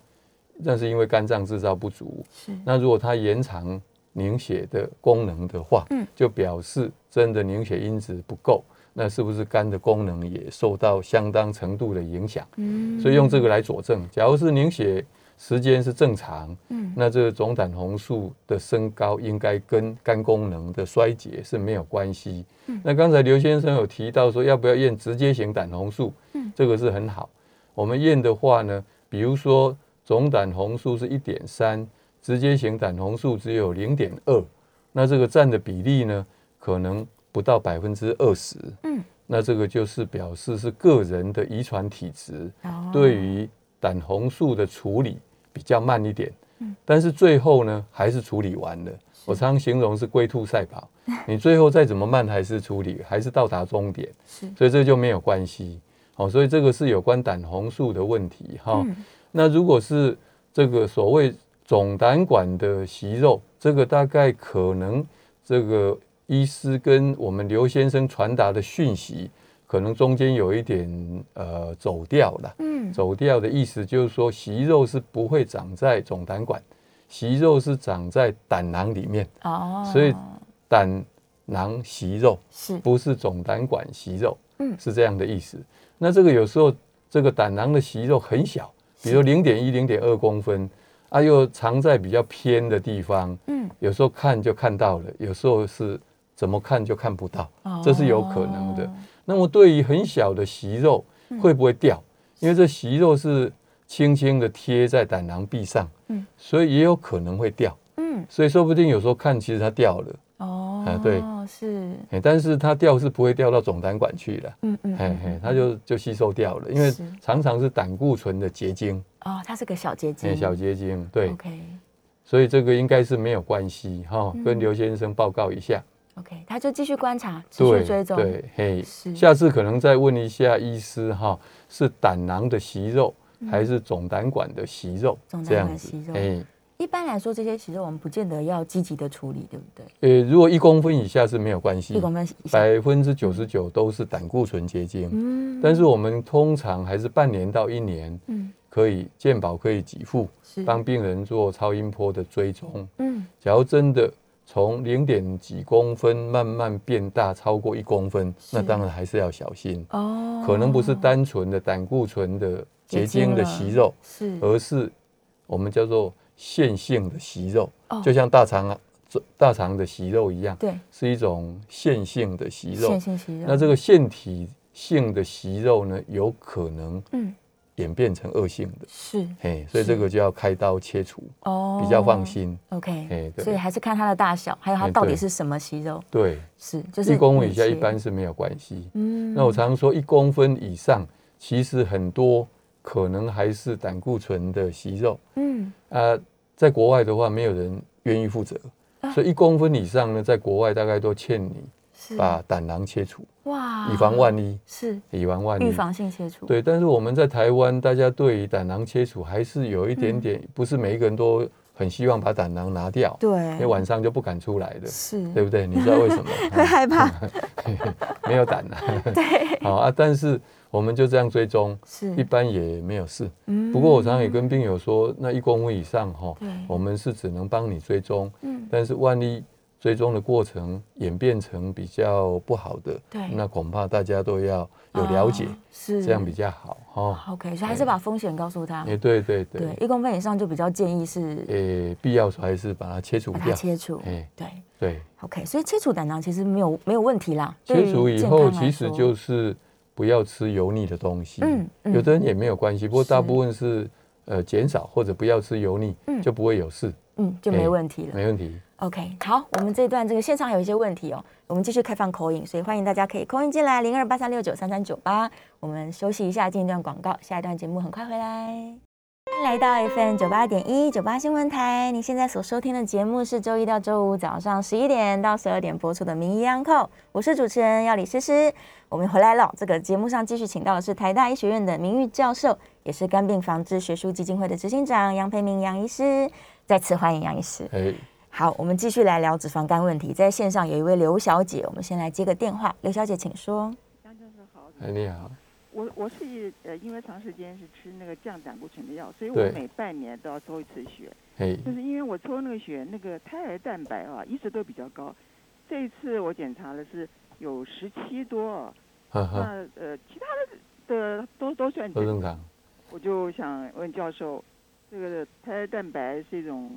那是因为肝脏制造不足。
是，
那如果它延长凝血的功能的话，
嗯
就表示真的凝血因子不够，那是不是肝的功能也受到相当程度的影响？
嗯
所以用这个来佐证。假如是凝血时间是正常，
嗯
那这个总胆红素的升高应该跟肝功能的衰竭是没有关系。
嗯
那刚才刘先生有提到说要不要验直接型胆红素，
嗯
这个是很好。我们验的话呢，比如说总胆红素是一点三，直接型胆红素只有零点二，那这个占的比例呢，可能不到百分之二十。
嗯，
那这个就是表示是个人的遗传体质，
哦
对于胆红素的处理比较慢一点，
嗯
但是最后呢还是处理完了。我常常形容是龟兔赛 跑，你最后再怎么慢还是处理，还是到达终点，
是
所以这就没有关系。好、所以这个是有关胆红素的问题哈。
嗯
那如果是这个所谓总胆管的息肉，这个大概可能这个医师跟我们刘先生传达的讯息，可能中间有一点呃走掉了。
嗯
走掉的意思就是说，息肉是不会长在总胆管，息肉是长在胆囊里面，
哦，
所以胆囊息肉。
是
不是总胆管息肉，
嗯
是这样的意思。那这个有时候这个胆囊的息肉很小，比如零点一、零点二公分，啊，又藏在比较偏的地方，
嗯
有时候看就看到了，有时候是怎么看就看不到，
哦
这是有可能的。那么对于很小的息肉
嗯
会不会掉？因为这息肉是轻轻的贴在胆囊壁上，
嗯
所以也有可能会掉。
嗯
所以说不定有时候看其实它掉了，
哦
啊对
是
哎，但是它掉是不会掉到总胆管去的。
嗯嗯
嘿
嗯
嘿，它就就吸收掉了，因为
是
常常是胆固醇的结晶，
哦，它是个小结
嘿
晶，
哎小结晶，对，
OK
所以这个应该是没有关系哈，跟
嗯
刘先生报告一下，
OK，他就继续观察，持续追
对
踪，
对，嘿，
是
下次可能再问一下医师哈，是胆囊的息肉还是总胆管的息肉
嗯总胆
这样
管
子
息肉？
哎，
一般来说，这些其实我们不见得要积极的处理，对不对？
呃，如果一公分以下是没有关
一
系，
公分以下，
百分之九十九都是胆固醇结晶，
嗯
但是我们通常还是半年到一年
嗯
可以健保可以给付，
是
帮病人做超音波的追踪。
嗯
假如真的从零点几公分慢慢变大，超过一公分，
是
那当然还是要小心，
哦，
可能不是单纯的胆固醇的结
结晶
晶的
了
息肉，
是
而是我们叫做线性的息肉，
哦
就像大肠啊大肠的息肉一样，
对
是一种线性的息肉
线。性息肉，
那这个腺体性的息肉呢，有可能
嗯
演变成恶性的，
是
嘿，所
是
以这个就要开刀切除，
哦，
比较放。心。
OK，
嘿对
所以还是看它的大小，还有它
哎
到底
对
是什么息肉，
对，
是就是
一公分以下
你
一
切
般是没有关系。
嗯
那我常说一公分以上，其实很多可能还是胆固醇的息肉
嗯
啊、在国外的话，没有人愿意负责，
啊
所以一公分以上呢，在国外大概都劝你
是
把胆囊切除，
哇
以防万一，
是
以防万一。
啊预防性切除，
对，但是我们在台湾，大家对于胆囊切除还是有一
嗯
点点，不是每一个人都很希望把胆囊拿掉，因为
对
晚上就不敢出来的。
是
对不对？你知道为 什么？啊
会害 怕
没有胆啊。对。 好啊，但是我们就这样追踪，一
是
般也没有事。
嗯
不过我常常也跟病友说，那一公分以上哈
对，
我们是只能帮你追踪，
嗯
但是万一追踪的过程演变成比较不好的，
对
那恐怕大家都要有了解，
哦是
这样比较好哈。
OK，所以还是
哎
把风险告诉他。
也哎对对对
对，，一公分以上就比较建议是
诶，必要时候还是把它切除
把它
掉。
切除。
哎，
对
对。
，OK，所以切除胆囊其实没有没有问题啦。对
切
于
除以
健
后，
康来
其实
说
就是不要吃油腻的东西。
嗯嗯
有的人也没有关系，不过
是
大部分是呃减少或者不要吃油腻，
嗯
就不会有事，
嗯，就
哎
没问题了。
没问题。
OK，好，我们这一段这个现场还有一些问题哦，我们继续开放口音，所以欢迎大家可以口音进来零二八三六九三三九八。我们休息一下，进一段广告，下一段节目很快回来。欢迎来到 FM 九八点一九八新闻台，您现在所收听的节目是周一到周五早上十一点到十二点播出的《名医央叩》，我是主持人要李诗诗。我们回来了，这个节目上继续请到的是台大医学院的名誉教授，也是肝病防治学术基金会的执行长杨培明杨医师，再次欢迎杨医师。
哎，
好，我们继续来聊脂肪肝问题。在线上有一位刘小姐，我们先来接个电话。刘小姐，请说。
张教授好，
哎你好，
我我是呃，因为长时间是吃那个降胆固醇的药，所以我
对
每半年都要抽一次血。
哎
就是因为我抽那个血，那个胎儿蛋白啊一直都比较高，这一次我检查了是有十七多哦，
哈哈，
那呃其他的的都都算
啊都
正
正常。
我就想问教授，这个胎儿蛋白是一种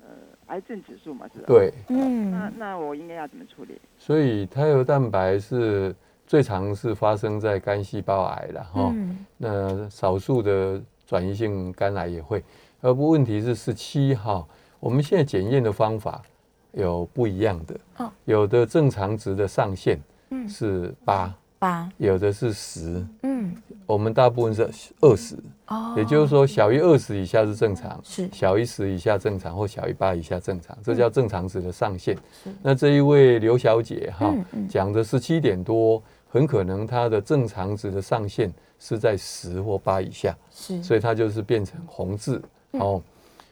呃癌症指数嘛，是吧？。
对，
那
嗯，
那我应该要怎么处理？
所以胎儿蛋白是最常是发生在肝细胞癌了哈。
嗯
那少数的转移性肝癌也会，而不问题是十七哈，我们现在检验的方法有不一样的，
哦
有的正常值的上限
嗯
是八、
八，
有的是十，
嗯，
我们大部分是二十、
哦
也就是说小于二十以下是正常，
是嗯
小于十以下正常或小于八以下正常，这叫正常值的上限。
是
那这一位刘小姐哈
嗯嗯
讲的十七点多，很可能她的正常值的上限是在十或八以下。
是，嗯
所以它就是变成红字。哦，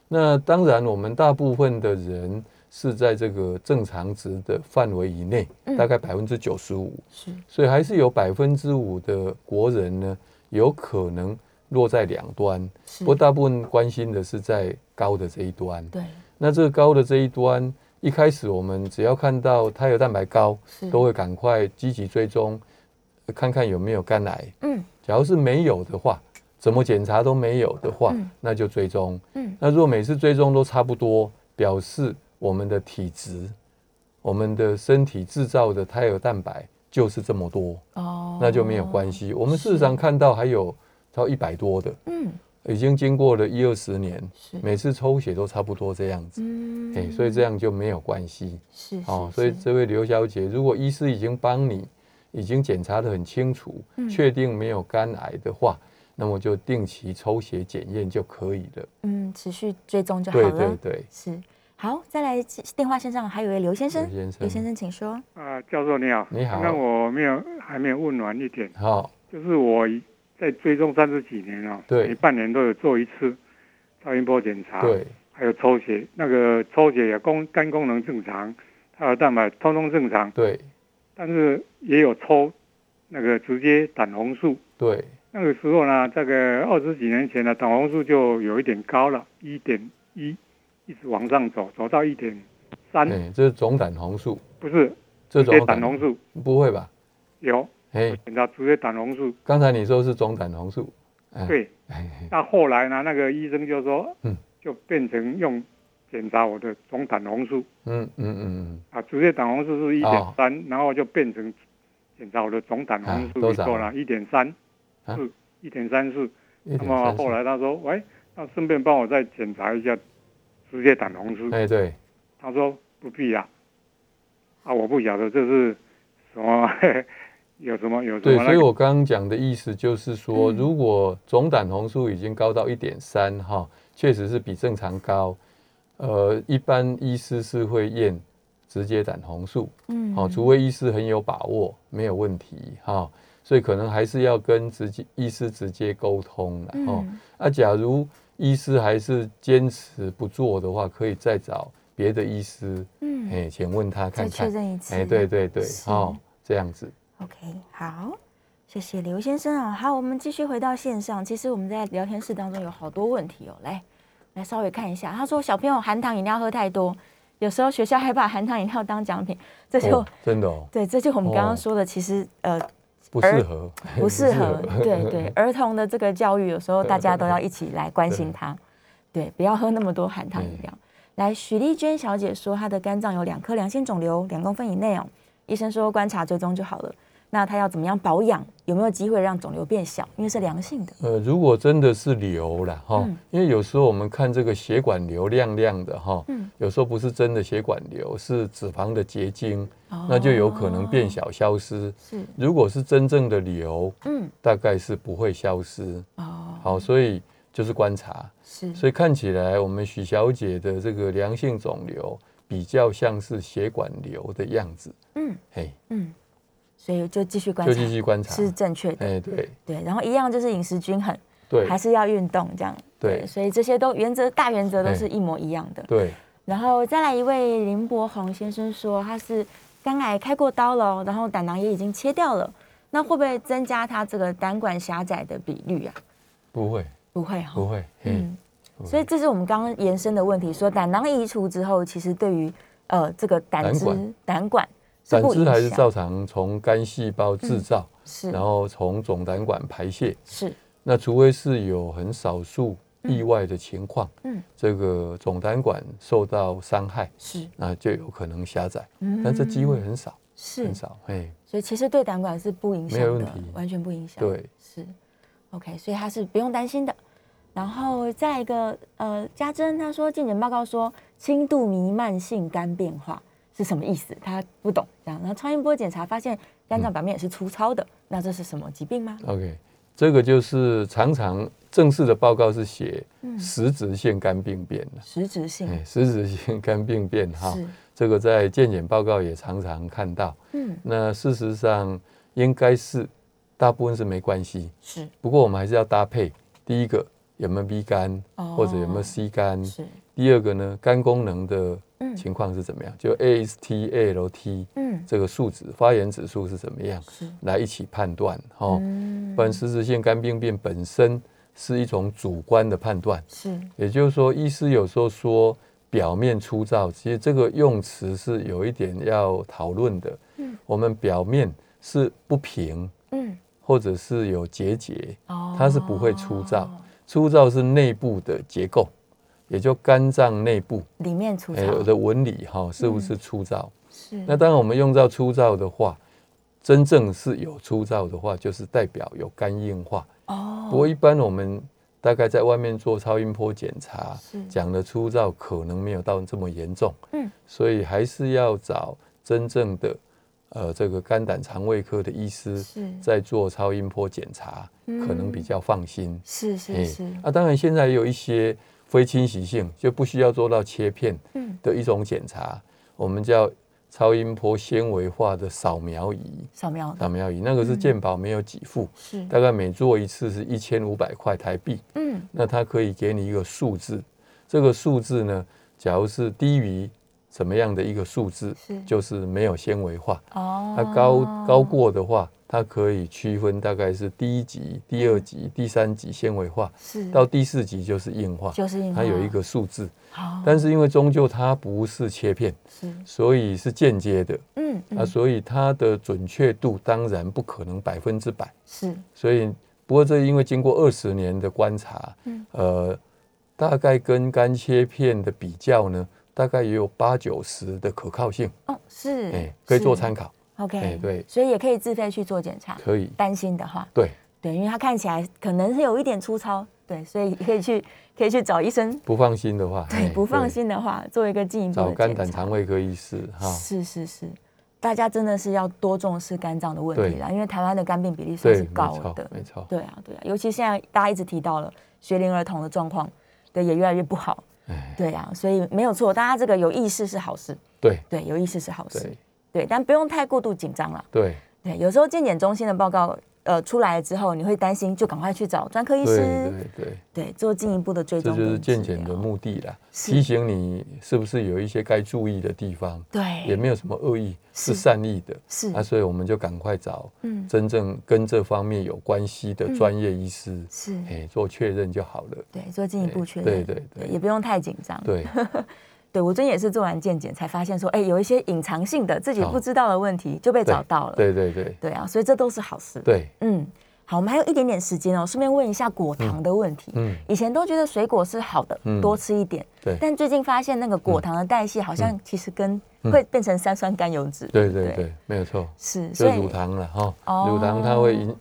那当然，我们大部分的人是在这个正常值的范围以内，
嗯
大概百分之九十五，
是
所以还是有百分之五的国人呢，有可能落在两端。
是，
不过大部分关心的是在高的这一端。
对
那这个高的这一端，一开始我们只要看到胎儿蛋白高，
是
都会赶快积极追踪，呃看看有没有肝癌。
嗯
假如是没有的话，怎么检查都没有的话，
嗯
那就追踪。
嗯
那如果每次追踪都差不多，表示我们的体质，我们的身体制造的胎儿蛋白就是这么多，
哦，
那就没有关
系。
系。我们事实上看到还有超一百多的，
嗯
已经经过了一二十年，
是
每次抽血都差不多这样子。
嗯
哎、所以这样就没有关系
是
哦
是。
所以
是
这位刘小姐，如果医师已经帮你，已经检查得很清楚
嗯，
确定没有肝癌的话，那么就定期抽血检验就可以了。
嗯持续追踪就好
对
了。
对对，
是好，再来接电话线上还有一位刘先生，
刘先生
刘先生请说。
啊，教授你好，
你好
那我没有还没有问完一点，
好、
就是我在追踪三十几年了、
对
每半年都有做一次超音波检查，，
对
还有抽血，那个抽血也功肝功能正常，胎儿蛋白通通正常，
对
但是也有抽那个直接胆红素，
对，
那个时候呢，这个二十几年前呢，胆红素就有一点高了，一点一，一直往上走，走到一点三
哎、，这是总胆红素，
不是
这
直接
种
啊胆红素
不会吧？
有，
哎、
检查直接胆红素。
刚才你说是总胆红素，哎
对，
哎哎
那后来呢，那个医生就说，
嗯，
就变成用检查我的总胆红素
嗯嗯嗯
啊，直接胆红素是一
哦
点三，然后就变成检查我的总胆红
啊
素
多
你
少
做了一点三
啊
四，一点三四。
嗯，一
那
点
么
三
后
四，
来他说，喂，那顺便帮我再检查一下直接胆红素。
哎、对，
他说不必啊，啊，我不晓得这是什么， 有什么有什么、
对，
那
所以
个
我刚刚讲的意思就是说，如果总胆红素已经高到一点三哈，确实是比正常高，呃，一般医师是会验直接胆红素，
嗯
好、除非医师很有把握，没有问题哈、所以可能还是要跟直接医师直接沟通了哦。
嗯
那、假如医师还是坚持不做的话，可以再找别的医师，
嗯
哎、请问他
再
看
确
看，
认一次。
哎、对对对，
是
哦，这样子，
OK，好，谢谢刘先生啊。好，我们继续回到线上。其实我们在聊天室当中有好多问题哦，来来稍微看一下。他说小朋友含糖饮料喝太多，有时候学校还把含糖饮料当奖品，这就、
哦，真的哦，
对，这就我们刚刚
哦
说的，其实 呃
不
而
适合，
不适合。对 对，儿童的这个教育有时候大家都要一起来关心他，对，不要喝那么多含糖饮料。来，许丽娟小姐说，她的肝脏有两颗良性肿瘤，两公分以内哦。医生说观察追踪就好了。那它要怎么样保养？有没有机会让肿瘤变小？因为是良性的。
呃，如果真的是瘤了哈，
嗯
因为有时候我们看这个血管瘤亮亮的哈，
嗯
有时候不是真的血管瘤，是脂肪的结晶，那就有可能变
哦。
小消失。
是，
如果是真正的瘤，
嗯，
大概是不会消失。
哦，
好，所以就是观察。
是，
所以看起来我们许小姐的这个良性肿瘤比较像是血管瘤的样子。
嗯
嘿，
嗯，所以就继续观
就
察，
继续观察。
是正确的。
哎，对
对，然后一样就是饮食均衡，
对
还是要运动这样。
对
所以这些都原则大原则都
哎
是一模一样的。
对，
然后再来一位林伯宏先生说，他是肝癌开过刀了哦，然后胆囊也已经切掉了，那会不会增加他这个胆管狭窄的比率啊？
不会
不会哈、
不会。嗯，
嗯，所以这是我们刚刚延伸的问题，说胆囊移除之后，其实对于呃这个胆
胆
汁
管
胆管是
胆
不
汁
影
还是
响嗯
照常从肝细胞制造，
是
然后从总胆管排泄。
是
那除非是有很少数意外的情况，
嗯
这个总胆管受到伤害，
是
那就有可能狭窄，
嗯
但这机会很少
是
很少。哎，
所以其实对胆管是不影响
没有问
的
题，
完全不影响。
对，
是 OK，所以他是不用担心的。然后再来一个，呃，家珍她说，健检报告说轻度弥漫性肝变化是什么意思？她不懂。这样，然后超音波检查发现肝
嗯
脏表面也是粗糙的，那这是什么疾病吗？
OK，这个就是常常正式的报告是写
嗯
实质性肝病变的，
实质性、
哎，实质性肝病变哈，
是，
这个在健检报告也常常看到。
嗯，
那事实上应该是大部分是没关系，
是
不过我们还是要搭配，第一个有没有 B 肝、
哦
或者有没有 C 肝，
是，
第二个呢肝功能的
嗯
情况是怎么样，就 AST、ALT
嗯，
这个数值发炎指数是怎么样，
是，
来一起判断哦。
嗯
不然实质性肝病变本身是一种主观的判断，
是，
也就是说，医师有时候说表面粗糙，其实这个用词是有一点要讨论的。
嗯
我们表面是不平，
嗯，
或者是有结节，
哦
它是不会粗糙，粗糙是内部的结构，也就肝脏内部
里面粗糙，嗯
哎有的纹理哈、是不是粗糙？
是，
那当然，我们用到粗糙的话，真正是有粗糙的话，就是代表有肝硬化。
哦，
不过一般我们大概在外面做超音波检查
是，
讲的粗糙可能没有到这么严重，
嗯，
所以还是要找真正的呃这个肝胆肠胃科的医师
是嗯
在做超音波检查，可能比较放心。
是是
哎
是，
啊，当然现在也有一些非侵袭性，就不需要做到切片
嗯
的一种检查，我们叫超音波纤维化的扫描仪。
扫描
扫描仪那个
嗯
是健保没有给付，
是，
大概每做一次是一千五百块台币，
嗯
那它可以给你一个数字，这个数字呢，假如是低于怎么样的一个数字
是，
就是没有纤维化，
哦，
它高高过的话，它可以区分大概是第一级、第二级、第三级纤维化，
是
到第四级就是硬化，
就是硬
它有一
化
个数字，
好，
但是因为终究它不是切片，
是
所以是间接的，
嗯
啊，
嗯
所以它的准确度当然不可能百分之百。
是
所以，不过这因为经过二十年的观察，
嗯
呃，大概跟肝切片的比较呢，大概也有八九十的可靠性，
哦是
哎、可以做
是
参考，
OK
哎对
所以也可以自费去做检查，
可以，
担心的话，
对，
对，因为它看起来可能是有一点粗糙，对，所以可以 去可以去找医生，
不放心的话，
对，
哎
不放，心的话做一个进一步
对找
的
肝
检
胆
查
肠胃科医师哈，
是是是。大家真的是要多重视肝脏的问题
对
啦，因为台湾的肝病比例算
对，
是
没
高
错
的，，
没错，
对啊，对啊，尤其现在大家一直提到了学龄儿童的状况，对，也越来越不好。
哎，
对啊，所以没有错，大家这个有意识是好事，
对
对，有意识是好事，
对
对，但不用太过度紧张了。
对
对，有时候健检中心的报告呃出来了之后，你会担心，就赶快去找专科医
对
师，
对对，
对，做进一步的追
这
踪
就
跟治
是健检的
疗
目的啦，
啊是
提醒你是不是有一些该注意的地方，也
对，
没有什么恶意，是
是
善意的。
是
啊，所以我们就赶快找
嗯
真正跟这方面有关系的专业医师，
是，
哎、做确认就好了。
对，做进一步
哎
确
对
认，
对对
也不用太紧张。
对，
对，我最近也是做完健检才发现说，哎，有一些隐藏性的自己
哦
不知道的问题就被
对
找到了，
对对对
对啊，所以这都是好事。
对，
嗯，好，我们还有一点点时间哦，顺便问一下果糖的问题。
嗯，
以前都觉得水果是好的，
嗯
多吃一点。
对
但最近发现那个果糖的代谢好像其实跟
嗯
会变成三酸甘油脂。
对对对，没有错，
是，
就
所
乳
以
糖了哈
哦，
乳糖它会引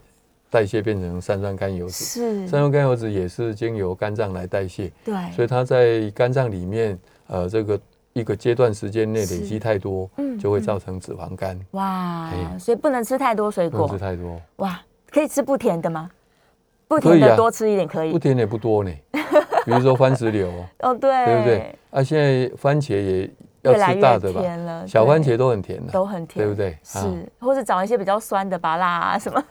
代谢变成三酸甘油脂，
是，
三酸甘油脂也是经由肝脏来代谢，
对，
所以它在肝脏里面，呃，这个一个阶段时间内累积太多
嗯，
就会造成脂肪肝，
哇，
哎
所以不能吃太多水
不能
果
吃。太多，
哇，可以吃不甜的吗？不
可
甜
以
的
啊
多吃一点可以。
不甜也不多呢，比如说番 石榴，
哦，对，
对不对？？啊，现在番茄也要
越来
吃
越
大的吧，
甜了
小
对
番茄都很甜的，
都很甜，
对不对
是，
啊
或者找一些比较酸的吧，辣啊 什么。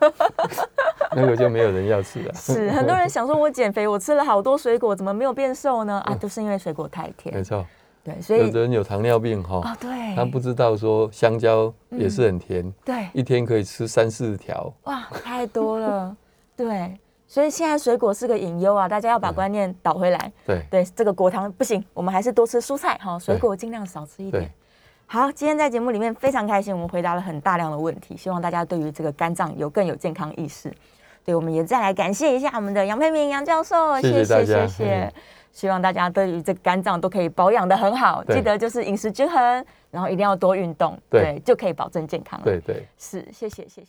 那个就没有人要吃了。
是，很多人想说，我减肥，我吃了好多水果，怎么没有变瘦呢？
嗯
啊，就是因为水果太
没
甜。
错，
对， 所
有
以
的人有糖尿病
啊
哈，，
对，
嗯
嗯
他不知道说香蕉也是很甜，
对，
一天可以吃三四条。
哇，太多了， 对。所以现在水果是个隐忧啊，大家要
嗯
把观念倒回来。
对，
对，这个果糖不行，我们还是多吃蔬菜哈，水
对
果尽量少吃一点嗯
对。
好，今天在节目里面非常开心，我们回答了很大量的问题，希望大家对于这个肝脏有更有健康意识。对，我们也再来感谢一下我们的杨佩明杨教授，
谢谢大
谢
家
谢
嗯。
希望大家对于这个肝脏都可以保养的很好，
对
记得就是饮食均衡，然后一定要多运动，
对
就可以保证健康了。
对对。
是，谢谢，谢谢。